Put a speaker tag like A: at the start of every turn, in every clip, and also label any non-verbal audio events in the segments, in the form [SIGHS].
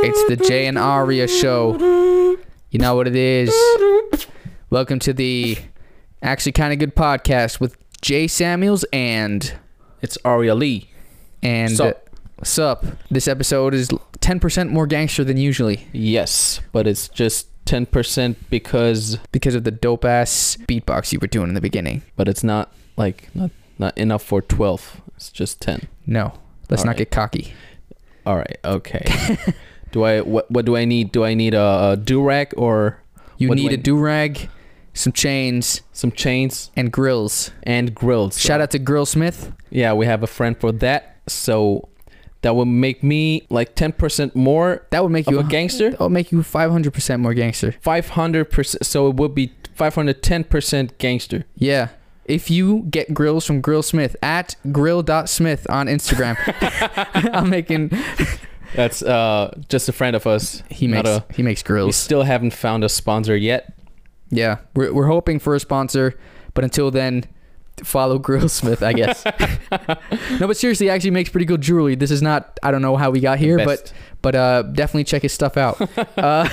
A: It's the Jay and Aria show. You know what it is. Welcome to the actually kind of good podcast with Jay Samuels and
B: It's Aria Lee.
A: and
B: Sup.
A: Sup. This episode is 10% more gangster than usually
B: Yes, but it's just 10% because,
A: because of the dope ass beatbox you were doing in the beginning.
B: but it's not like not not enough for 12. It's just 10.
A: No, let's not
B: Alright.
A: get cocky.
B: All right. Okay.
A: [LAUGHS]
B: do I what, what do I need? Do I need a, a do rag or
A: You
B: What do
A: need
B: I-
A: a do rag, some chains,
B: some chains
A: and grills.
B: and grills?
A: Shout out to Grill Smith.
B: Yeah, we have a friend for that. So that will make me like 10% more
A: That would make
B: of
A: you
B: a gangster.
A: That would make you 500% more gangster.
B: 500%. So it would be 510% gangster.
A: Yeah. If you get grills from Grill Smith at grill.smith on Instagram, [LAUGHS] I'm making
B: That's uh just a friend of us.
A: he
B: Not
A: makes
B: a-
A: he makes
B: We
A: grills.
B: still haven't found a sponsor yet.
A: Yeah. We're we're hoping for a sponsor, but until then follow Grill Smith, I guess. [LAUGHS] no, but seriously, he actually makes pretty good jewelry. This is not I don't know how we got here, but
B: Best.
A: but uh, definitely check his
B: [LAUGHS]
A: stuff out. uh,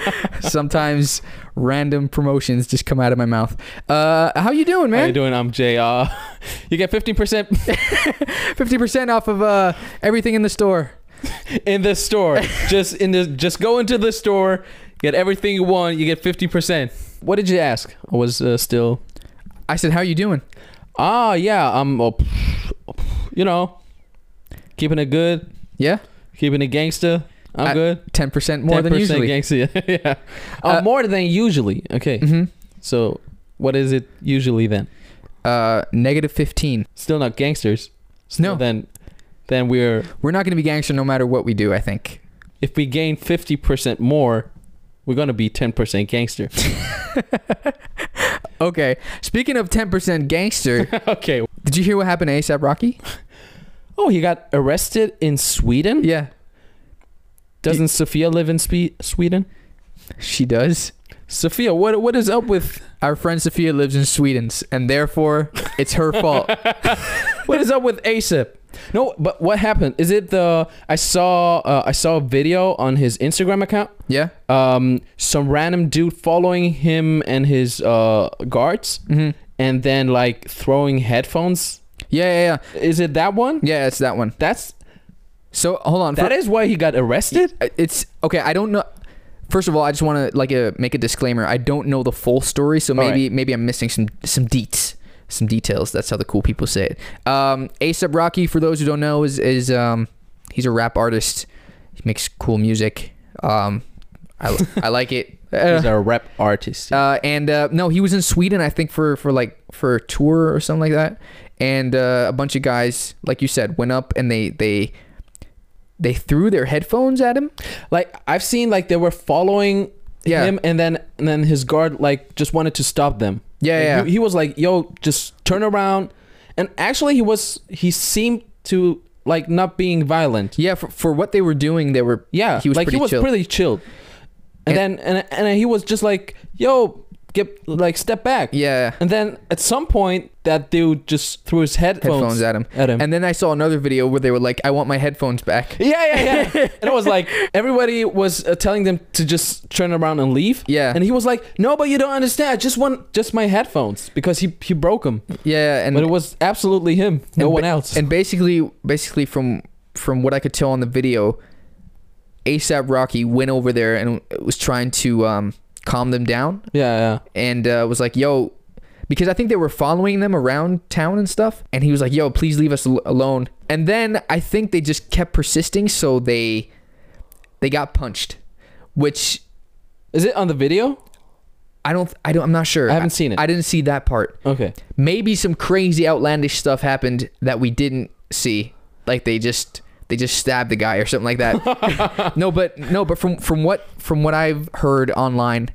A: [LAUGHS] sometimes random promotions just come out of my mouth. Uh, how you doing,
B: how you
A: man?
B: doing? I'm Jay. Uh, [LAUGHS] you get 15%
A: Fifty percent off of uh, everything in the store.
B: in the
A: [LAUGHS]
B: store. just in the just go into the store, get everything you want. You get 15%. What did you ask? I was uh, still.
A: I said, "How you doing?"
B: Ah, yeah. I'm. Uh, you know, keeping it good,
A: Yeah,
B: keeping it gangster. I'm
A: I-
B: good.
A: ten percent more than
B: 10%
A: usually.
B: Gangster. [LAUGHS] yeah. Uh,
A: Uh,
B: more than usually. Okay.
A: hmm
B: So what is it usually then?
A: Uh, negative fifteen.
B: Still not gangsters.
A: No.
B: Then, then we're
A: We're not going to be gangster no matter what we do. I think.
B: if we gain 50% more, we're going to be 10%
A: [LAUGHS]
B: gangster.
A: Okay. Speaking of ten percent gangster,
B: [LAUGHS] okay.
A: did you hear what happened to
B: [LAUGHS]
A: ASAP Rocky?
B: Oh, he got arrested in Sweden?
A: Yeah,
B: Doesn't Sophia live in spe- Sweden?
A: she does.
B: Sophia, what what is up with
A: Our friend Sophia lives in Sweden, and
B: [LAUGHS]
A: therefore it's her fault.
B: what is up with ASAP? No, but what happened? Is it the I saw uh, I saw a video on his Instagram account.
A: Yeah.
B: Um, some random dude following him and his uh guards,
A: hmm
B: and then like throwing headphones.
A: Yeah, yeah, yeah.
B: Is it that one?
A: Yeah, it's that one.
B: That's
A: So hold on.
B: that is why he got arrested.
A: For- uh, it's okay. I don't know. First of all, I just want to like uh, make a disclaimer. I don't know the full story, so
B: All right.
A: maybe maybe I'm missing some some deets, some details. That's how the cool people say it. Um, ASAP Rocky, for those who don't know, is is um, he's a rap artist. He makes cool music. Um, I, I like it. Uh,
B: He's a rap artist.
A: Uh, and uh, no, he was in Sweden, I think, for for like for a tour or something like that. And uh, a bunch of guys, like you said, went up and they they they threw their headphones at him.
B: like I've seen like they were following
A: Yeah.
B: him and then and then his guard like just wanted to stop them.
A: Yeah,
B: Like,
A: yeah.
B: He, he was like, "Yo, just turn around." And actually he was he seemed to like not being violent.
A: Yeah, for, for what they were doing, they were
B: Yeah.
A: He was
B: like
A: pretty
B: he was
A: chill.
B: pretty chilled. And, then and and he was just like, "Yo, get like step back."
A: yeah
B: And then at some point that dude just threw his headphones,
A: headphones at him.
B: at him.
A: And then I saw another video where they were like, "I want my
B: [LAUGHS]
A: headphones back."
B: Yeah, yeah,
A: [LAUGHS]
B: yeah. and it was like everybody was uh, telling them to just turn around and leave.
A: Yeah.
B: And he was like, "No, but you don't understand. I just want just my headphones because he he broke them.
A: Yeah, and
B: but it was absolutely him, no
A: and
B: one
A: ba-
B: else.
A: And basically, basically from from what I could tell on the video, ASAP Rocky went over there and was trying to um, calm them down.
B: yeah,
A: and uh, was like, "Yo," because I think they were following them around town and stuff. And he was like, "Yo, please leave us al- alone." And then I think they just kept persisting, so they they got punched,
B: yeah.
A: which
B: Is it on the video?
A: I don't, I don't, I'm not sure.
B: I haven't seen it.
A: I didn't see that part.
B: Okay.
A: Maybe some crazy, outlandish stuff happened that we didn't see, like they just they just stabbed the guy or something
B: [LAUGHS]
A: like that. no, but no, but from from what from what I've heard online,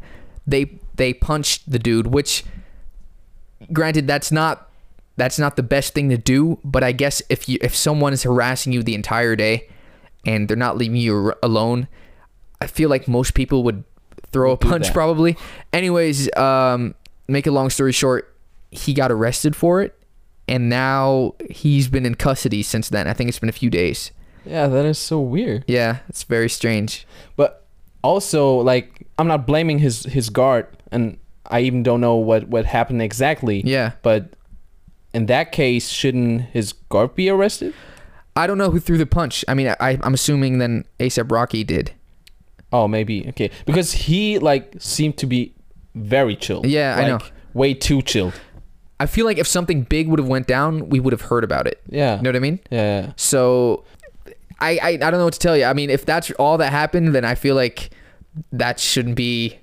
A: they they punched the dude, which granted that's not that's not the best thing to do but i guess if you if someone is harassing you the entire day and they're not leaving you ar- alone i feel like most people would throw a
B: Would do
A: punch
B: that.
A: probably anyways um make a long story short he got arrested for it and now he's been in custody since then i think it's been a few days
B: Yeah, that is so weird.
A: Yeah, it's very strange.
B: But also, like, I'm not blaming his his guard, and I even don't know what what happened exactly.
A: Yeah.
B: But in that case, shouldn't his guard be arrested?
A: I don't know who threw the punch. I mean, I, I- I'm assuming then ASAP Rocky did.
B: Oh, maybe okay, because he like seemed to be very chill.
A: Yeah, I know.
B: Like, Way too chilled.
A: I feel like if something big would have went down, we would have heard about it.
B: Yeah.
A: You know what I mean?
B: Yeah.
A: So, I, I I don't know what to tell you. I mean, if that's all that happened, then I feel like that shouldn't be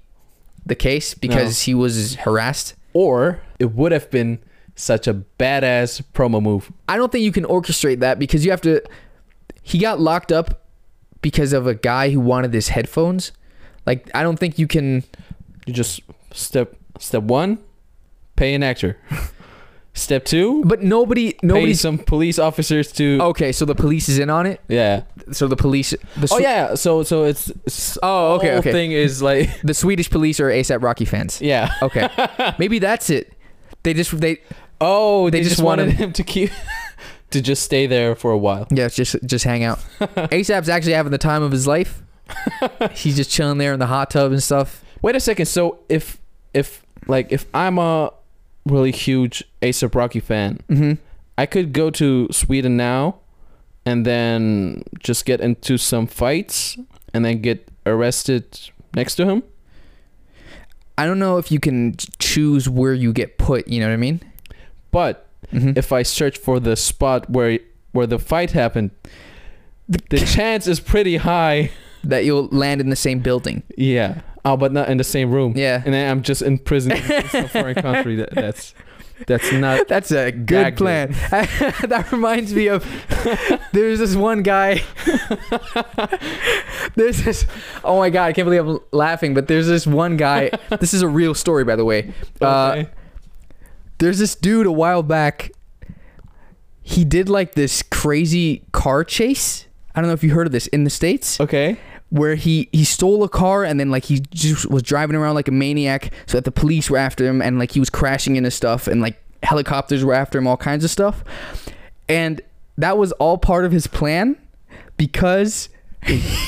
A: the case because he was harassed.
B: Or it would have been such a badass promo move.
A: I don't think you can orchestrate that because you have to. He got locked up because of a guy who wanted his headphones. Like I don't think you can.
B: You just step step one, pay an actor. [LAUGHS] step two,
A: But nobody,
B: pay
A: nobody's. Oh,
B: some police officers to.
A: Okay, so the police is in on it.
B: yeah.
A: So the police. The
B: Oh
A: Swe-
B: yeah. So so it's. it's
A: Oh,
B: The
A: okay,
B: whole
A: okay.
B: thing is like [LAUGHS]
A: The Swedish police are ASAP Rocky fans.
B: yeah.
A: Okay, maybe that's it. They just they
B: Oh, they,
A: They
B: just,
A: just want
B: wanted him to keep [LAUGHS] to just stay there for a while.
A: yeah just just hang out. ASAP's actually having the time of his life. He's just chilling there in the hot tub and stuff.
B: Wait a second. So if if like if I'm a really huge ASAP Rocky fan,
A: Mm-hmm.
B: I could go to Sweden now and then just get into some fights and then get arrested next to him.
A: I don't know if you can choose where you get put. You know what I mean?
B: But
A: Mm-hmm.
B: if I search for the spot where where the fight happened, the chance is pretty high.
A: that you'll land in the same building.
B: Yeah. Oh, but not in the same room.
A: Yeah.
B: And then I'm just in prison in [LAUGHS] some foreign country. That, that's that's not [LAUGHS]
A: [LAUGHS] That's a good
B: Exactly.
A: plan. [LAUGHS] that reminds me of [LAUGHS] there's this one guy. [LAUGHS] there's this. Oh my god, I can't believe I'm laughing, but there's this
B: [LAUGHS]
A: one guy. This is a real story, by the way. Uh,
B: okay.
A: there's this dude a while back. He did like this crazy car chase. I don't know if you heard of this in the states.
B: okay.
A: where he he stole a car and then like he just was driving around like a maniac so that the police were after him and like he was crashing into stuff and like helicopters were after him all kinds of stuff and that was all part of his plan because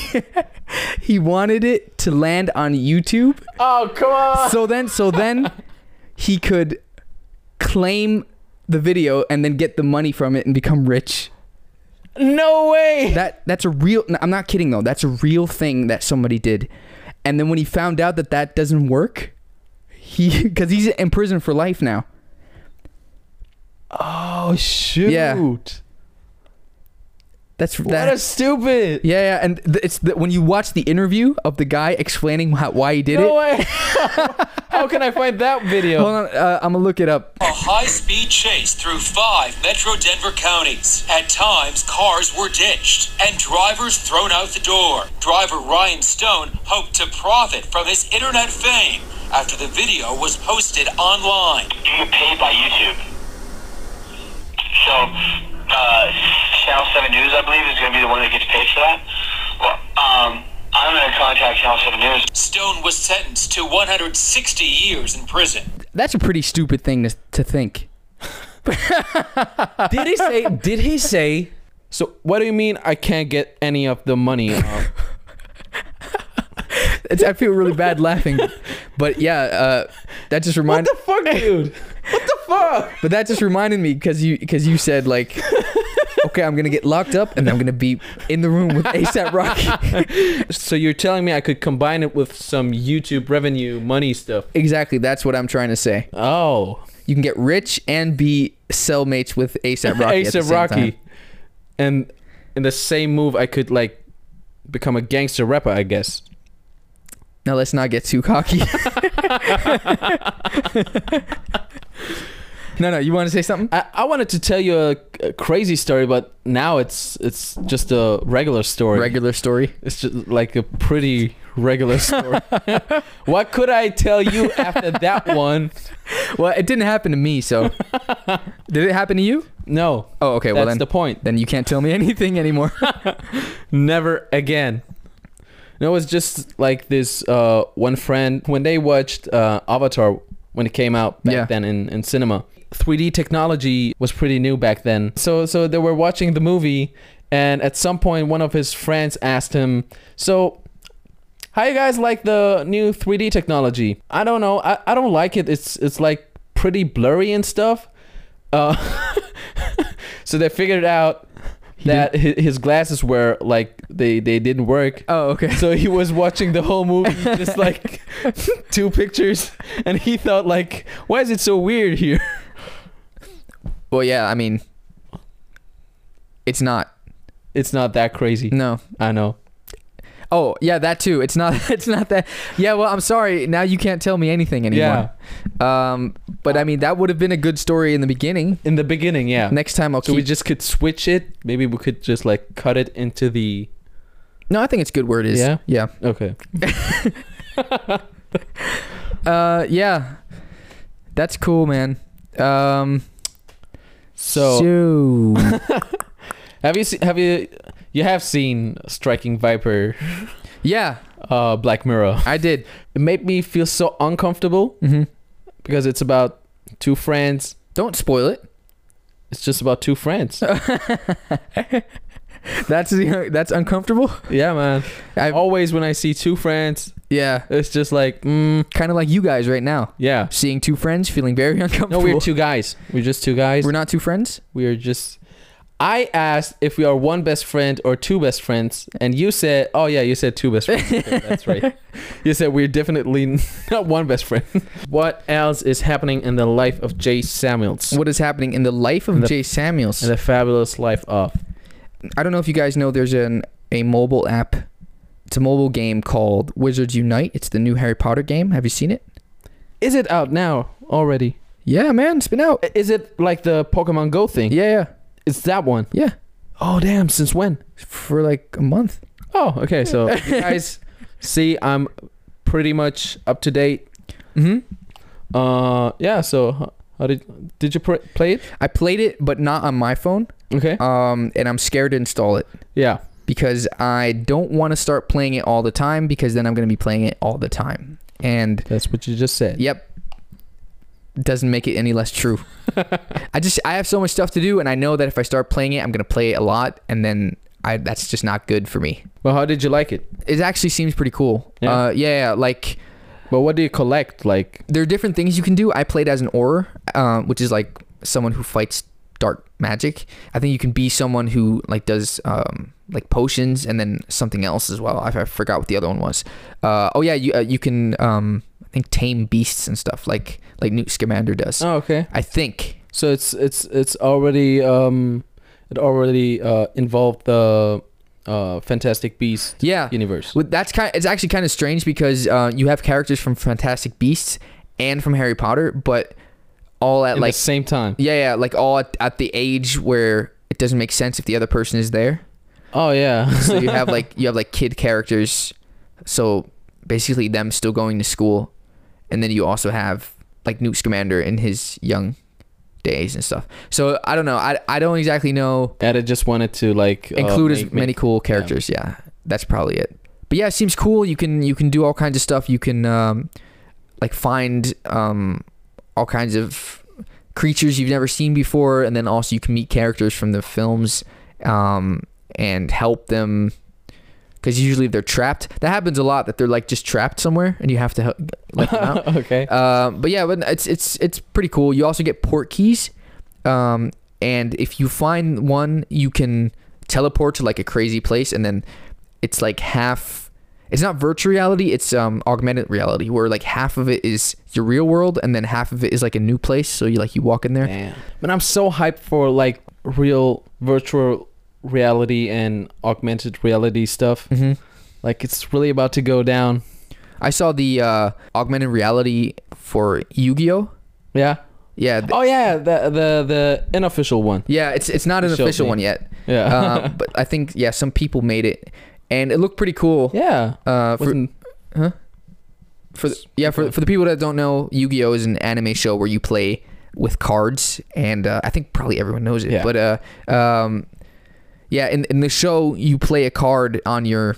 A: [LAUGHS] he wanted it to land on YouTube
B: Oh come on.
A: so then so then he could claim the video and then get the money from it and become rich
B: No way.
A: that that's a real no, i'm not kidding though that's a real thing that somebody did and then when he found out that that doesn't work he [LAUGHS] because he's in prison for life now
B: oh shoot.
A: that's
B: What
A: that
B: a stupid.
A: yeah yeah and th- it's the, when you watch the interview of the guy explaining why, why he did
B: no [LAUGHS]
A: it
B: way. How can I find that video?
A: hold on uh, i'm gonna look it up
C: A high speed chase through five Metro Denver counties. At times, cars were ditched and drivers thrown out the door. Driver Ryan Stone hoped to profit from his internet fame after the video was posted online.
D: you get paid by YouTube. So, uh, Channel 7 News, I believe, is going to be the one that gets paid for that. Well, um, I'm going to contact Channel 7 News.
C: Stone was sentenced to 160 years in prison.
A: that's a pretty stupid thing to, to think
B: did he
A: [LAUGHS]
B: say? Did he say? So what do you mean I can't get any of the [LAUGHS] money? Um,
A: it's, i feel really
B: [LAUGHS]
A: bad laughing but yeah uh, that just reminded
B: fuck, dude? What the fuck?
A: But that just reminded me because you because you
B: [LAUGHS]
A: said like, okay, I'm gonna get locked up and I'm gonna be in the room with ASAP
B: [LAUGHS]
A: Rocky.
B: So you're telling me I could combine it with some YouTube revenue money stuff?
A: exactly, that's what I'm trying to say.
B: Oh,
A: You can get rich and be cellmates with ASAP Rocky. at the
B: ASAP
A: same
B: Rocky,
A: time.
B: and in the same move I could like become a gangster rapper, I guess.
A: Now let's not get
B: [LAUGHS]
A: too cocky. no, no, you want to
B: [LAUGHS]
A: say something?
B: I, I wanted to tell you a, a crazy story, but now it's it's just a regular story.
A: Regular story.
B: It's just like a pretty regular
A: [LAUGHS]
B: story. what could I tell you after that one?
A: Well, it didn't happen to
B: [LAUGHS]
A: me, so did it happen to you?
B: No.
A: Oh, okay.
B: that's
A: well then,
B: the point.
A: then you can't tell me [LAUGHS]
B: [LAUGHS]
A: anything anymore.
B: Never again. No, it's just like this uh, one friend when they watched uh, Avatar when it came out back
A: Yeah.
B: then in, in cinema. 3D technology was pretty new back then. So so they were watching the movie And at some point, one of his friends asked him, "So, how you guys like the new 3D technology? I don't know. I, I don't like it. It's it's like pretty blurry and stuff." Uh, [LAUGHS] so they figured out that his, his glasses were like they they didn't work.
A: Oh, okay.
B: So he was watching the whole movie, just like [LAUGHS] two pictures, and he thought like, "Why is it so weird here?"
A: Well, yeah, I mean, it's not.
B: It's not that crazy.
A: No.
B: I know.
A: Oh, yeah, that too. It's not. [LAUGHS] It's not that. Yeah. Well, I'm sorry. Now you can't tell me anything anymore. Yeah. Um, but I mean, that would have been a good story in the beginning.
B: In the beginning, yeah.
A: Next time I'll
B: so we
A: keep.
B: just could switch it. Maybe we could just like cut it into the
A: no, I think it's good where it is.
B: Yeah?
A: Yeah.
B: okay.
A: Uh, yeah. That's cool, man. Um.
B: So,
A: so-
B: have you seen, have you you have seen Striking Viper,
A: [LAUGHS] yeah,
B: uh, Black Mirror? Mm-hmm.
A: I did.
B: It made me feel so uncomfortable
A: hmm
B: because it's about two friends.
A: Don't spoil it.
B: It's just about two friends.
A: That's [LAUGHS] that's uncomfortable.
B: yeah, man.
A: I-
B: Always when I see two friends,
A: Yeah.
B: it's just like, mm,
A: Kind of like you guys right now,
B: yeah.
A: seeing two friends, feeling very [LAUGHS]
B: No,
A: uncomfortable.
B: we're two guys. We're just two guys.
A: We're not two friends.
B: We are just. I asked if we are one best friend or two best friends, and you said, "Oh yeah, you said two best [LAUGHS] friends." Okay, that's right. You said we're definitely [LAUGHS] not one best friend. What else is happening in the life of Jay Samuels?
A: What is happening in the life of
B: the-
A: Jay Samuels?
B: In the fabulous life of
A: I don't know if you guys know there's an a mobile app. It's a mobile game called Wizards Unite. It's the new Harry Potter game. Have you seen it?
B: is it out now already?
A: Yeah, man, it's been out.
B: I- Is it like the Pokemon Go thing?
A: Yeah, yeah,
B: it's that one.
A: yeah.
B: Oh damn! Since when?
A: For like a month.
B: Oh, okay.
A: [LAUGHS]
B: So you guys, see, I'm pretty much up to date.
A: Mm-hmm.
B: Uh, yeah. So h- how did did you pr- play it?
A: I played it, but not on my phone.
B: Okay.
A: Um, and I'm scared to install it
B: Yeah.
A: because I don't want to start playing it all the time because then I'm gonna be playing it all the time. And
B: That's what you just said.
A: Yep. Doesn't make it any less true. I just I have so much stuff to do, and I know that if I start playing it, I'm gonna play it a lot, and then I that's just not good for me.
B: Well, how did you like it?
A: It actually seems pretty cool.
B: Yeah.
A: Uh, yeah, yeah, like
B: But what do you collect? Like,
A: there are different things you can do. I played as an auror, um, which is like someone who fights dark magic. I think you can be someone who like does um, like potions and then something else as well. I, I forgot what the other one was. Uh, oh yeah, you uh, you can um, I think tame beasts and stuff like like Newt Scamander does.
B: oh, okay.
A: I think.
B: So it's it's it's already um, it already uh involved the uh Fantastic Beast
A: Yeah.
B: universe.
A: Well, that's kind. it's actually kind of strange because uh, you have characters from Fantastic Beasts and from Harry Potter, but all at
B: At
A: like
B: the same time.
A: yeah, yeah, like all at, at the age where it doesn't make sense if the other person is there.
B: Oh yeah. [LAUGHS]
A: So you have like you have like kid characters, so basically them still going to school, and then you also have like Newt Scamander in his young days and stuff. So I don't know. I I don't exactly know.
B: and I just wanted to like uh,
A: include as
B: make-
A: many
B: make-
A: cool characters. Yeah. that's probably it. But yeah, it seems cool. You can you can do all kinds of stuff. You can um, like find um, all kinds of creatures you've never seen before, and then also you can meet characters from the films um, and help them because usually they're trapped. That happens a lot that they're like just trapped somewhere, and you have to help
B: [LAUGHS]
A: let them out.
B: okay.
A: Um, but yeah, but it's it's it's pretty cool. You also get port keys, um, and if you find one, you can teleport to like a crazy place, and then it's like half. It's not virtual reality; it's um, augmented reality, where like half of it is your real world, and then half of it is like a new place. So you like you walk in there.
B: Damn. But I'm so hyped for like real virtual reality and augmented reality stuff.
A: Mhm.
B: Like it's really about to go down.
A: I saw the uh, augmented reality for Yu-Gi-Oh.
B: Yeah.
A: Yeah, th-
B: Oh yeah, the the the unofficial one.
A: yeah. It's it's not an
B: You showed
A: official
B: me.
A: one yet.
B: Yeah.
A: um, but I think yeah, some people made it, and it looked pretty cool.
B: Yeah.
A: Uh, for,
B: Wasn't-
A: for the, yeah for, for the people that don't know yu-gi-oh is an anime show where you play with cards and uh, i think probably everyone knows it
B: Yeah.
A: but uh um yeah in, in the show you play a card on your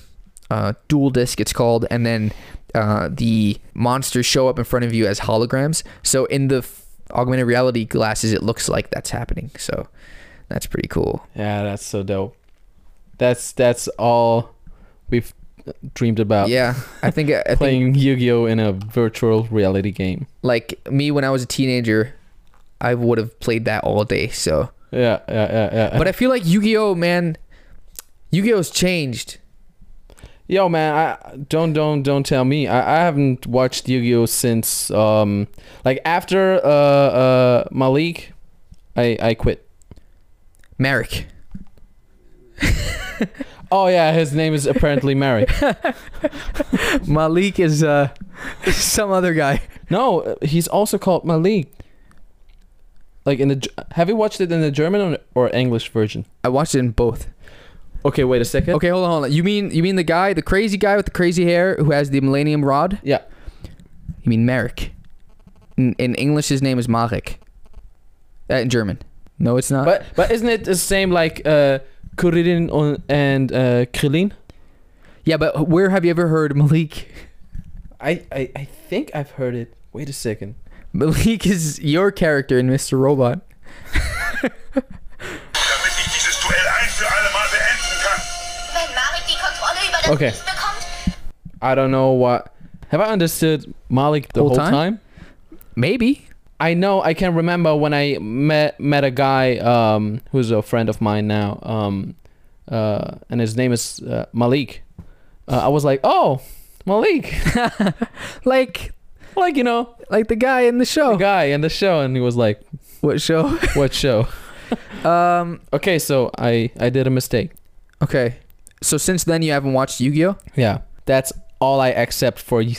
A: uh, dual disc it's called and then uh, the monsters show up in front of you as holograms so in the f- augmented reality glasses it looks like that's happening so that's pretty cool
B: yeah, that's so dope. That's that's all we've dreamed about.
A: Yeah, I think I think
B: Oh. [LAUGHS] Playing Yu-Gi-Oh in a virtual reality game.
A: like me when I was a teenager, I would have played that all day. So,
B: Yeah, yeah, yeah, yeah.
A: [LAUGHS] but I feel like Yu-Gi-Oh, man, Yu-Gi-Oh's changed.
B: Yo, man, I don't don't don't tell me. I, I haven't watched Yu-Gi-Oh since um like after uh uh Malik, I I quit.
A: Merrick,
B: Oh yeah, his name is apparently [LAUGHS] Mary.
A: Malik is uh [LAUGHS] some other guy.
B: no, he's also called Malik. Like in the Ge- have you watched it in the German or, or English version?
A: I watched it in both.
B: Okay, wait a second.
A: Okay, hold on, hold on. You mean you mean the guy, the crazy guy with the crazy hair who has the Millennium Rod?
B: Yeah.
A: You mean Merrick? In, in English, his name is Marek. Uh, in German, no, it's not.
B: But but isn't it the same like uh Kuririn on- and uh Krillin?
A: yeah, but where have you ever heard Malik? [LAUGHS]
B: I, I I think I've heard it. Wait a second.
A: Malik is your character in Mr. Robot.
E: damit ich dieses Duell ein für alle Mal beenden kann.
F: Wenn Marek die Kontrolle über das
B: Okay.
F: Licht bekommt,
B: I don't know what. Have I understood Malik the
A: Whole
B: whole,
A: time?
B: time?
A: [LAUGHS] Maybe.
B: I know. I can remember when I met met a guy um, who's a friend of mine now, um, uh, and his name is uh, Malik. Uh, I was like, oh, Malik, [LAUGHS]
A: Like
B: like you know,
A: like the guy in the show.
B: the guy in the show, and he was like,
A: What show?
B: what show?
A: [LAUGHS] um
B: okay, so I I did a mistake.
A: okay. So since then you haven't watched Yu-Gi-Oh?
B: Yeah, that's all I accept for Yu-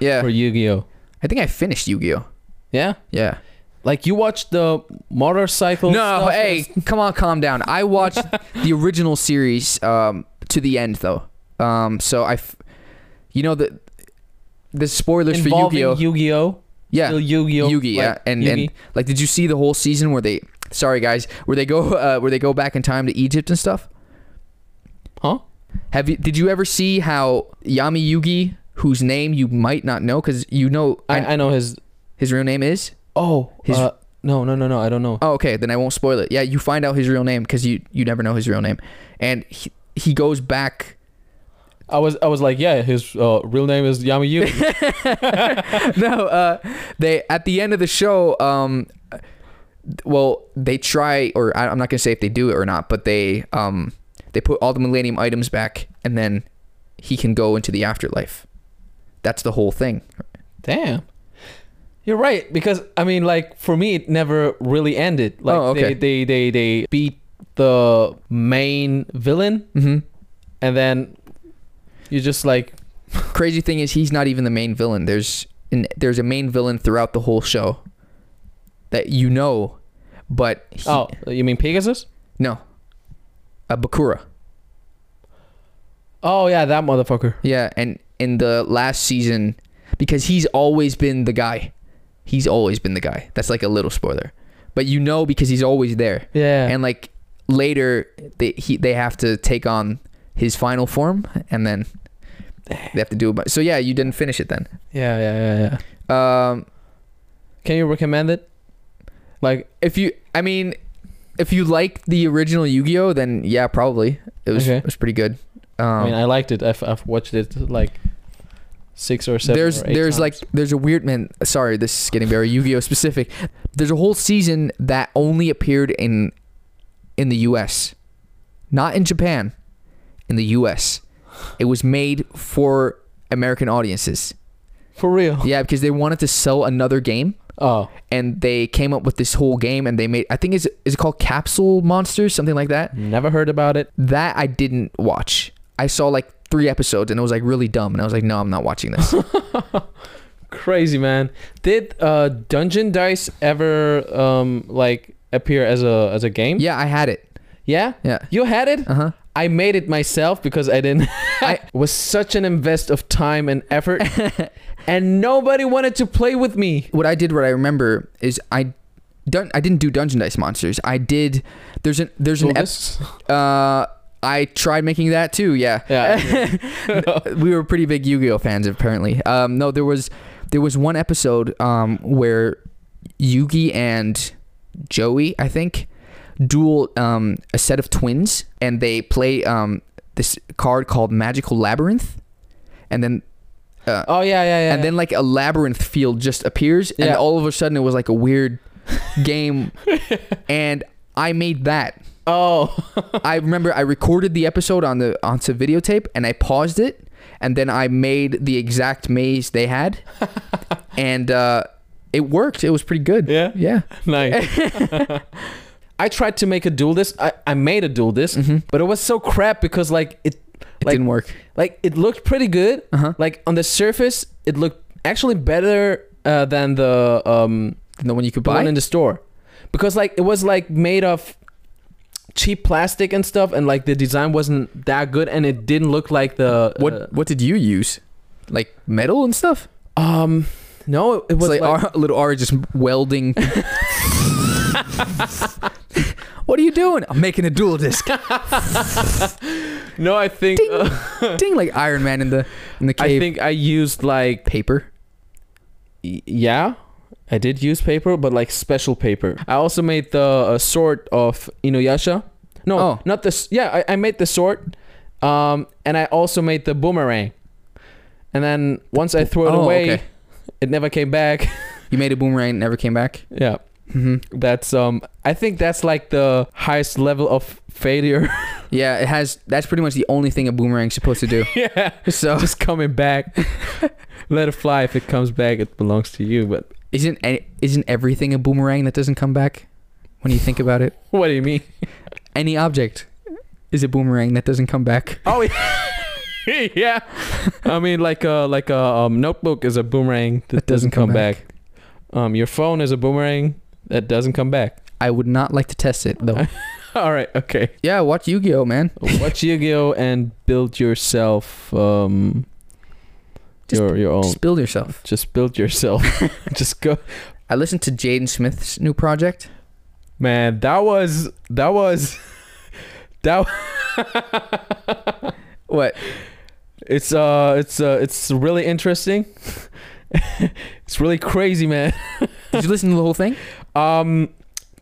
A: Yeah.
B: [LAUGHS] for Yu Gi Oh.
A: I think I finished Yu-Gi-Oh.
B: Yeah,
A: Yeah.
B: like you watched the motorcycle.
A: No,
B: stuff?
A: hey, come on, calm down.
B: [LAUGHS]
A: I watched the original series um to the end though. Um so I f- you know the the spoilers
B: involving
A: for Yu-Gi-Oh.
B: Yu Gi Oh.
A: yeah.
B: Still Yu-Gi-Oh.
A: Yugi, yeah,
B: like,
A: and
B: Yugi.
A: and like, did you see the whole season where they? Sorry, guys, where they go, [LAUGHS] uh, where they go back in time to Egypt and stuff.
B: huh?
A: Have you? Did you ever see how Yami Yugi, whose name you might not know, because you know I,
B: I, I know his.
A: his real name is.
B: Oh,
A: His-
B: uh, no, no, no, no. I don't know.
A: Oh, okay, then I won't spoil it. Yeah, you find out his real name because you you never know his real name, and he he goes back. [LAUGHS]
B: I was, I was like, yeah, his uh, real name is Yami
A: [LAUGHS]
B: Yugi.
A: no, uh, they at the end of the show, um, well, they try, or I, I'm not gonna say if they do it or not, but they um, they put all the Millennium items back, and then he can go into the afterlife. That's the whole thing.
B: Damn. You're right because I mean, like for me, it never really ended. Like
A: Oh, okay.
B: they, they, they, they beat the main villain,
A: Mhm.
B: and then you just like,
A: Crazy thing is, he's not even the main villain. There's an, there's a main villain throughout the whole show that you know, but he,
B: oh, you mean Pegasus?
A: no, uh, Bakura.
B: Oh yeah, that motherfucker.
A: Yeah, and in the last season, because he's always been the guy. He's always been the guy. That's like a little spoiler, but you know because he's always there.
B: Yeah.
A: And like later, they he they have to take on his final form, and then they have to do about. So yeah, you didn't finish it then.
B: Yeah, yeah, yeah, yeah.
A: Um,
B: Can you recommend it? Like,
A: if you, I mean, if you like the original Yu-Gi-Oh, then yeah, probably it was
B: Okay.
A: it was pretty good. Um,
B: I mean, I liked it. I've, I've watched it like six or seven.
A: there's
B: or eight
A: there's
B: times.
A: like there's a weird man sorry this is getting very yu-gi-oh specific there's a whole season that only appeared in in the us not in japan in the us it was made for american audiences
B: for real.
A: yeah because they wanted to sell another game
B: Oh,
A: and they came up with this whole game and they made i think is is it called capsule monsters something like that
B: never heard about it.
A: that I didn't watch. I saw like three episodes and it was like really dumb and I was like, no, I'm not watching
B: [LAUGHS]
A: this.
B: Crazy man. Did uh, Dungeon Dice ever um like appear as a as a game?
A: yeah, I had it.
B: Yeah.
A: Yeah.
B: You had it.
A: Uh huh.
B: I made it myself because I didn't.
A: I-
B: [LAUGHS] I was such an invest of time and
A: [LAUGHS]
B: effort, and nobody wanted to play with me.
A: What I did, what I remember is I, done. I didn't do Dungeon Dice Monsters. I did. There's an there's an
B: Duelist?
A: uh, I tried making that too. Yeah.
B: Yeah.
A: [LAUGHS] we were pretty big Yu-Gi-Oh fans apparently. Um, no, there was there was one episode um, where Yugi and Joey, I think, dual um, a set of twins, and they play um, this card called Magical Labyrinth, and then
B: Oh yeah, yeah, yeah.
A: and then like a labyrinth field just appears and
B: Yeah.
A: all of a sudden it was like
B: [LAUGHS]
A: a weird game and i made that
B: oh, [LAUGHS]
A: i remember i recorded the episode on the onto videotape and i paused it and then i made the exact maze they
B: [LAUGHS]
A: had and uh it worked it was pretty good
B: Yeah?
A: yeah [LAUGHS]
B: nice. I tried to make a duel this. I, I made a duel this, but it was so crap because like it,
A: Mm-hmm. it
B: like,
A: didn't work
B: Like it looked pretty good.
A: Uh-huh.
B: Like on the surface, it looked actually better uh, than the um
A: the one you could
B: the
A: buy
B: one in the store, because like it was like made of cheap plastic and stuff, and like the design wasn't that good, and it didn't look like the
A: what
B: uh,
A: what did you use like metal and stuff
B: um no it, it
A: It's
B: was
A: like,
B: like
A: R, little R just
B: [LAUGHS]
A: welding. what are you doing? I'm making a dual
B: [LAUGHS]
A: disc.
B: no I think uh,
A: Ding. Ding like Iron Man in the in the
B: I
A: cave.
B: think I used like
A: paper.
B: Y- yeah i did use paper but like special paper i also made the uh, sword of inuyasha no
A: Oh.
B: not this yeah I, I made the sword um and i also made the boomerang and then once i threw it
A: oh,
B: away
A: okay.
B: it never came back [LAUGHS]
A: You made a boomerang, never came back. Mm-hmm.
B: yeah that's um i think that's like the highest level of failure [LAUGHS]
A: Yeah, it has. That's pretty much the only thing a boomerang's supposed to
B: [LAUGHS]
A: do.
B: yeah
A: So
B: just coming
A: [LAUGHS]
B: back let it fly if it comes back it belongs to you but
A: isn't a- isn't everything a boomerang that doesn't come back? When you think about it,
B: what do you mean
A: any object is a boomerang that doesn't come back.
B: Oh yeah. [LAUGHS] yeah. I mean like a like a um, notebook is a boomerang that, doesn't, come, back. Um your phone is a boomerang that doesn't come back. [LAUGHS]
A: I would not like to test it though.
B: All right, okay.
A: yeah, watch Yu-Gi-Oh, man.
B: Watch Yu-Gi-Oh and build yourself um
A: Just-
B: your your own
A: Just build yourself.
B: just build
A: [LAUGHS]
B: yourself. [LAUGHS] just go
A: I listened to Jaden Smith's new project.
B: Man, that was that was [LAUGHS] that
A: What?
B: it's uh it's uh it's really interesting. [LAUGHS] it's really crazy, man.
A: Did you listen to the whole thing?
B: um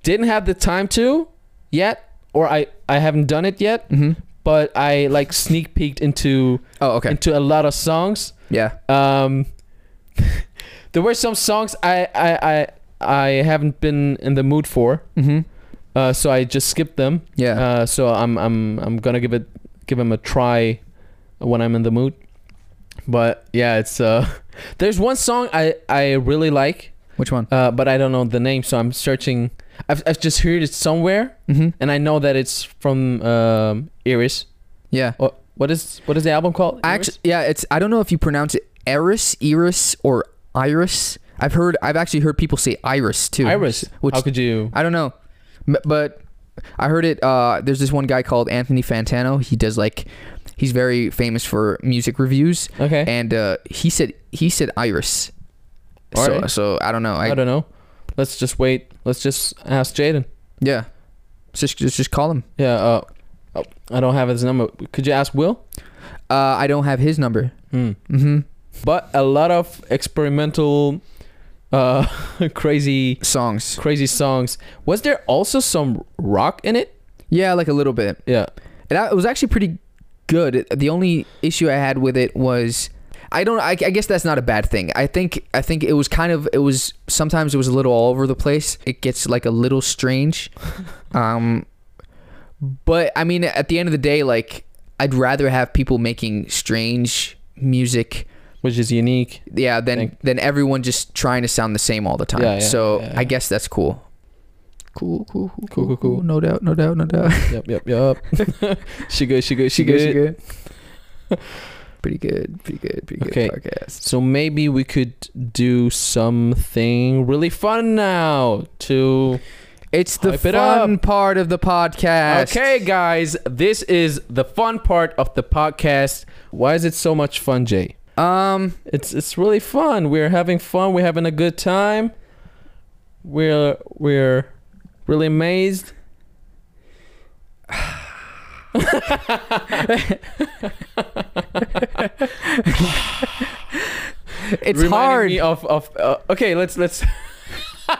B: didn't have the time to yet or i i haven't done it yet
A: Mm-hmm.
B: but i like sneak peeked into
A: Oh, okay.
B: into a lot of songs
A: Yeah.
B: um [LAUGHS] there were some songs i i i, I haven't been in the mood for
A: Mm-hmm.
B: uh, so I just skipped them.
A: Yeah.
B: Uh, so I'm I'm I'm gonna give it give them a try when I'm in the mood. But yeah, it's uh, [LAUGHS] there's one song I I really like
A: Which one?
B: uh, but I don't know the name, so I'm searching. I've, I've just heard it somewhere,
A: Mhm.
B: and I know that it's from um, Iris.
A: yeah.
B: Or what is what is the album called?
A: I
B: Iris?
A: actually, yeah, it's. I don't know if you pronounce it Eris, Iris, or Iris. I've heard. I've actually heard people say Iris too.
B: Iris.
A: Which
B: How could you?
A: I don't know, M- but I heard it. Uh, there's this one guy called Anthony Fantano. He does like, he's very famous for music reviews.
B: Okay.
A: And uh, he said he said Iris. so
B: Alright.
A: so I don't know. I,
B: I, don't know. Let's just wait. Let's just ask Jaden.
A: Yeah. Just just just call him.
B: Yeah. Uh, oh, I don't have his number. Could you ask Will?
A: Uh, I don't have his number.
B: Mm. But a lot of experimental, uh, [LAUGHS] crazy,
A: Songs.
B: crazy songs. Was there also some rock in it?
A: Yeah, like a little bit.
B: Yeah.
A: And I- it was actually pretty good. It- The only issue I had with it was I don't. I, I guess that's not a bad thing. I think I think it was kind of it was sometimes it was a little all over the place. It gets like a little
B: [LAUGHS]
A: strange. um, but I mean, at the end of the day, like I'd rather have people making strange music
B: Which is unique.
A: yeah then
B: Thank-
A: then everyone just trying to sound the same all the time
B: Yeah, yeah,
A: so
B: yeah, yeah.
A: i guess that's cool cool cool cool
B: Cool, cool, cool.
A: no doubt no doubt no doubt
B: Yep. Yep. Yep. [LAUGHS] she good. She good. She, good.
A: she good [LAUGHS] pretty good pretty good pretty good
B: Okay.
A: podcast
B: So maybe we could do something really fun now to
A: it's the
B: Hype it
A: fun
B: up.
A: part of the podcast
B: Okay guys, this is the fun part of the podcast. Why is it so much fun, Jay?
A: um
B: It's it's really fun. We're having fun, we're having a good time. We're we're really amazed.
A: it's
B: Reminding
A: hard
B: me of of uh, okay, let's let's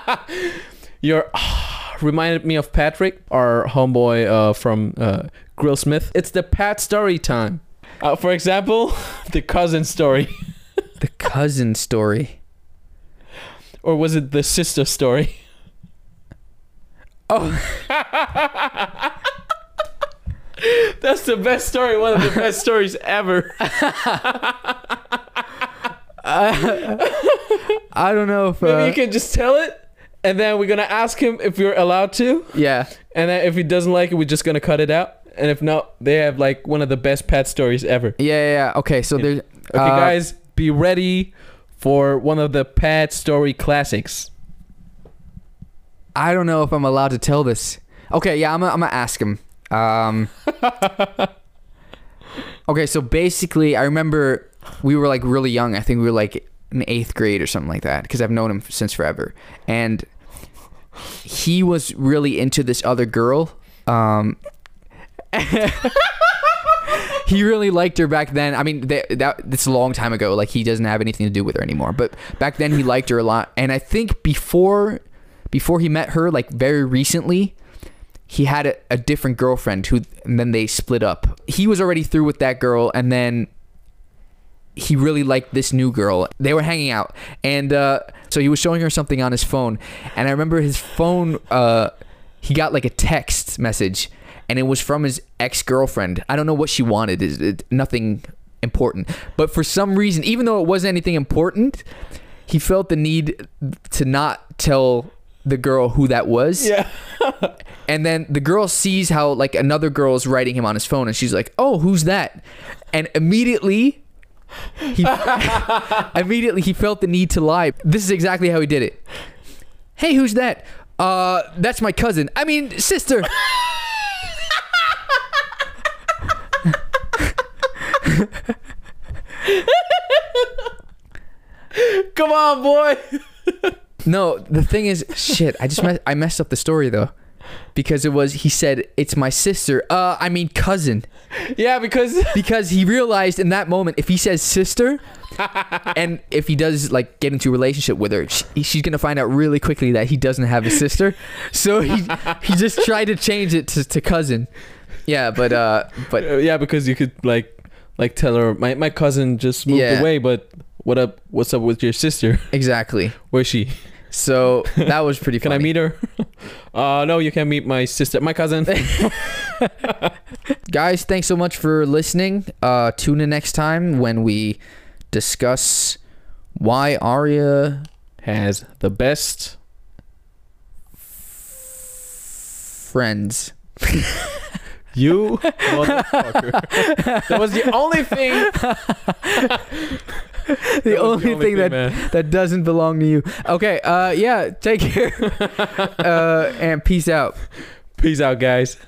B: [LAUGHS] your [SIGHS] reminded me of Patrick, our homeboy uh, from uh, Grill Smith. It's the Pat story time. Uh, for example, [LAUGHS] the cousin story, [LAUGHS]
A: The cousin story.
B: or was it the sister story? Oh, [LAUGHS] that's the best story. One of the best stories [LAUGHS] ever.
A: I don't know if.
B: Maybe
A: Uh,
B: you can just tell it, and then we're gonna ask him if you're allowed to.
A: yeah.
B: And then if he doesn't like it, we're just gonna cut it out. And if not, they have like one of the best pet stories ever. Okay,
A: Yeah, yeah, yeah. Okay, so uh, there's. Okay,
B: guys, be ready for one of the pet story classics.
A: I don't know if I'm allowed to tell this. Okay, yeah, I'm gonna I'm gonna ask him. Um, okay, so basically, I remember we were like really young. I think we were like in eighth grade or something like that because I've known him since forever. And he was really into this other girl. Um, he really liked her back then. I mean, that, that that's a long time ago. Like he doesn't have anything to do with her anymore. But back then, he liked her a lot. And I think before before he met her, like very recently, he had a, a different girlfriend who, and then they split up. He was already through with that girl, and then he really liked this new girl. They were hanging out, and uh, so he was showing her something on his phone. And I remember his phone. Uh, he got like a text message, and it was from his ex girlfriend. I don't know what she wanted. Is it nothing important? But for some reason, even though it wasn't anything important, he felt the need to not tell the girl who that was. Yeah. [LAUGHS] And then the girl sees how like another girl is writing him on his phone, and she's like, "Oh, who's that?" And immediately, he [LAUGHS] immediately he felt the need to lie. This is exactly how he did it. Hey, who's that? Uh, that's my cousin. I mean, sister.
B: [LAUGHS] Come on, boy.
A: No, the
B: [LAUGHS]
A: thing is, shit. I just mess I messed up the story though, because it was he said it's my sister. Uh, I mean cousin.
B: yeah, because [LAUGHS]
A: because he realized in that moment if he says sister and if he does like get into a relationship with her sh she's gonna find out really quickly that he doesn't have a sister so he he just tried to change it to, to cousin yeah but uh but
B: yeah, because you could like like tell her my, my cousin just moved
A: Yeah.
B: away, but what up? What's up with your sister? [LAUGHS]
A: exactly
B: Where's she?
A: so that was pretty
B: [LAUGHS] Can I
A: funny.
B: meet her? uh, no, you can meet my sister, my
A: [LAUGHS]
B: cousin.
A: guys thanks so much for listening uh tune in next time when we discuss why Arya
B: Has the best.
A: friends
B: You
A: [LAUGHS]
B: motherfucker. that was the only thing [LAUGHS]
A: the
B: That was
A: only,
B: the only
A: thing,
B: thing,
A: that
B: man.
A: that doesn't belong to you. Okay, uh, yeah, take care, uh, and peace out.
B: Peace out, guys.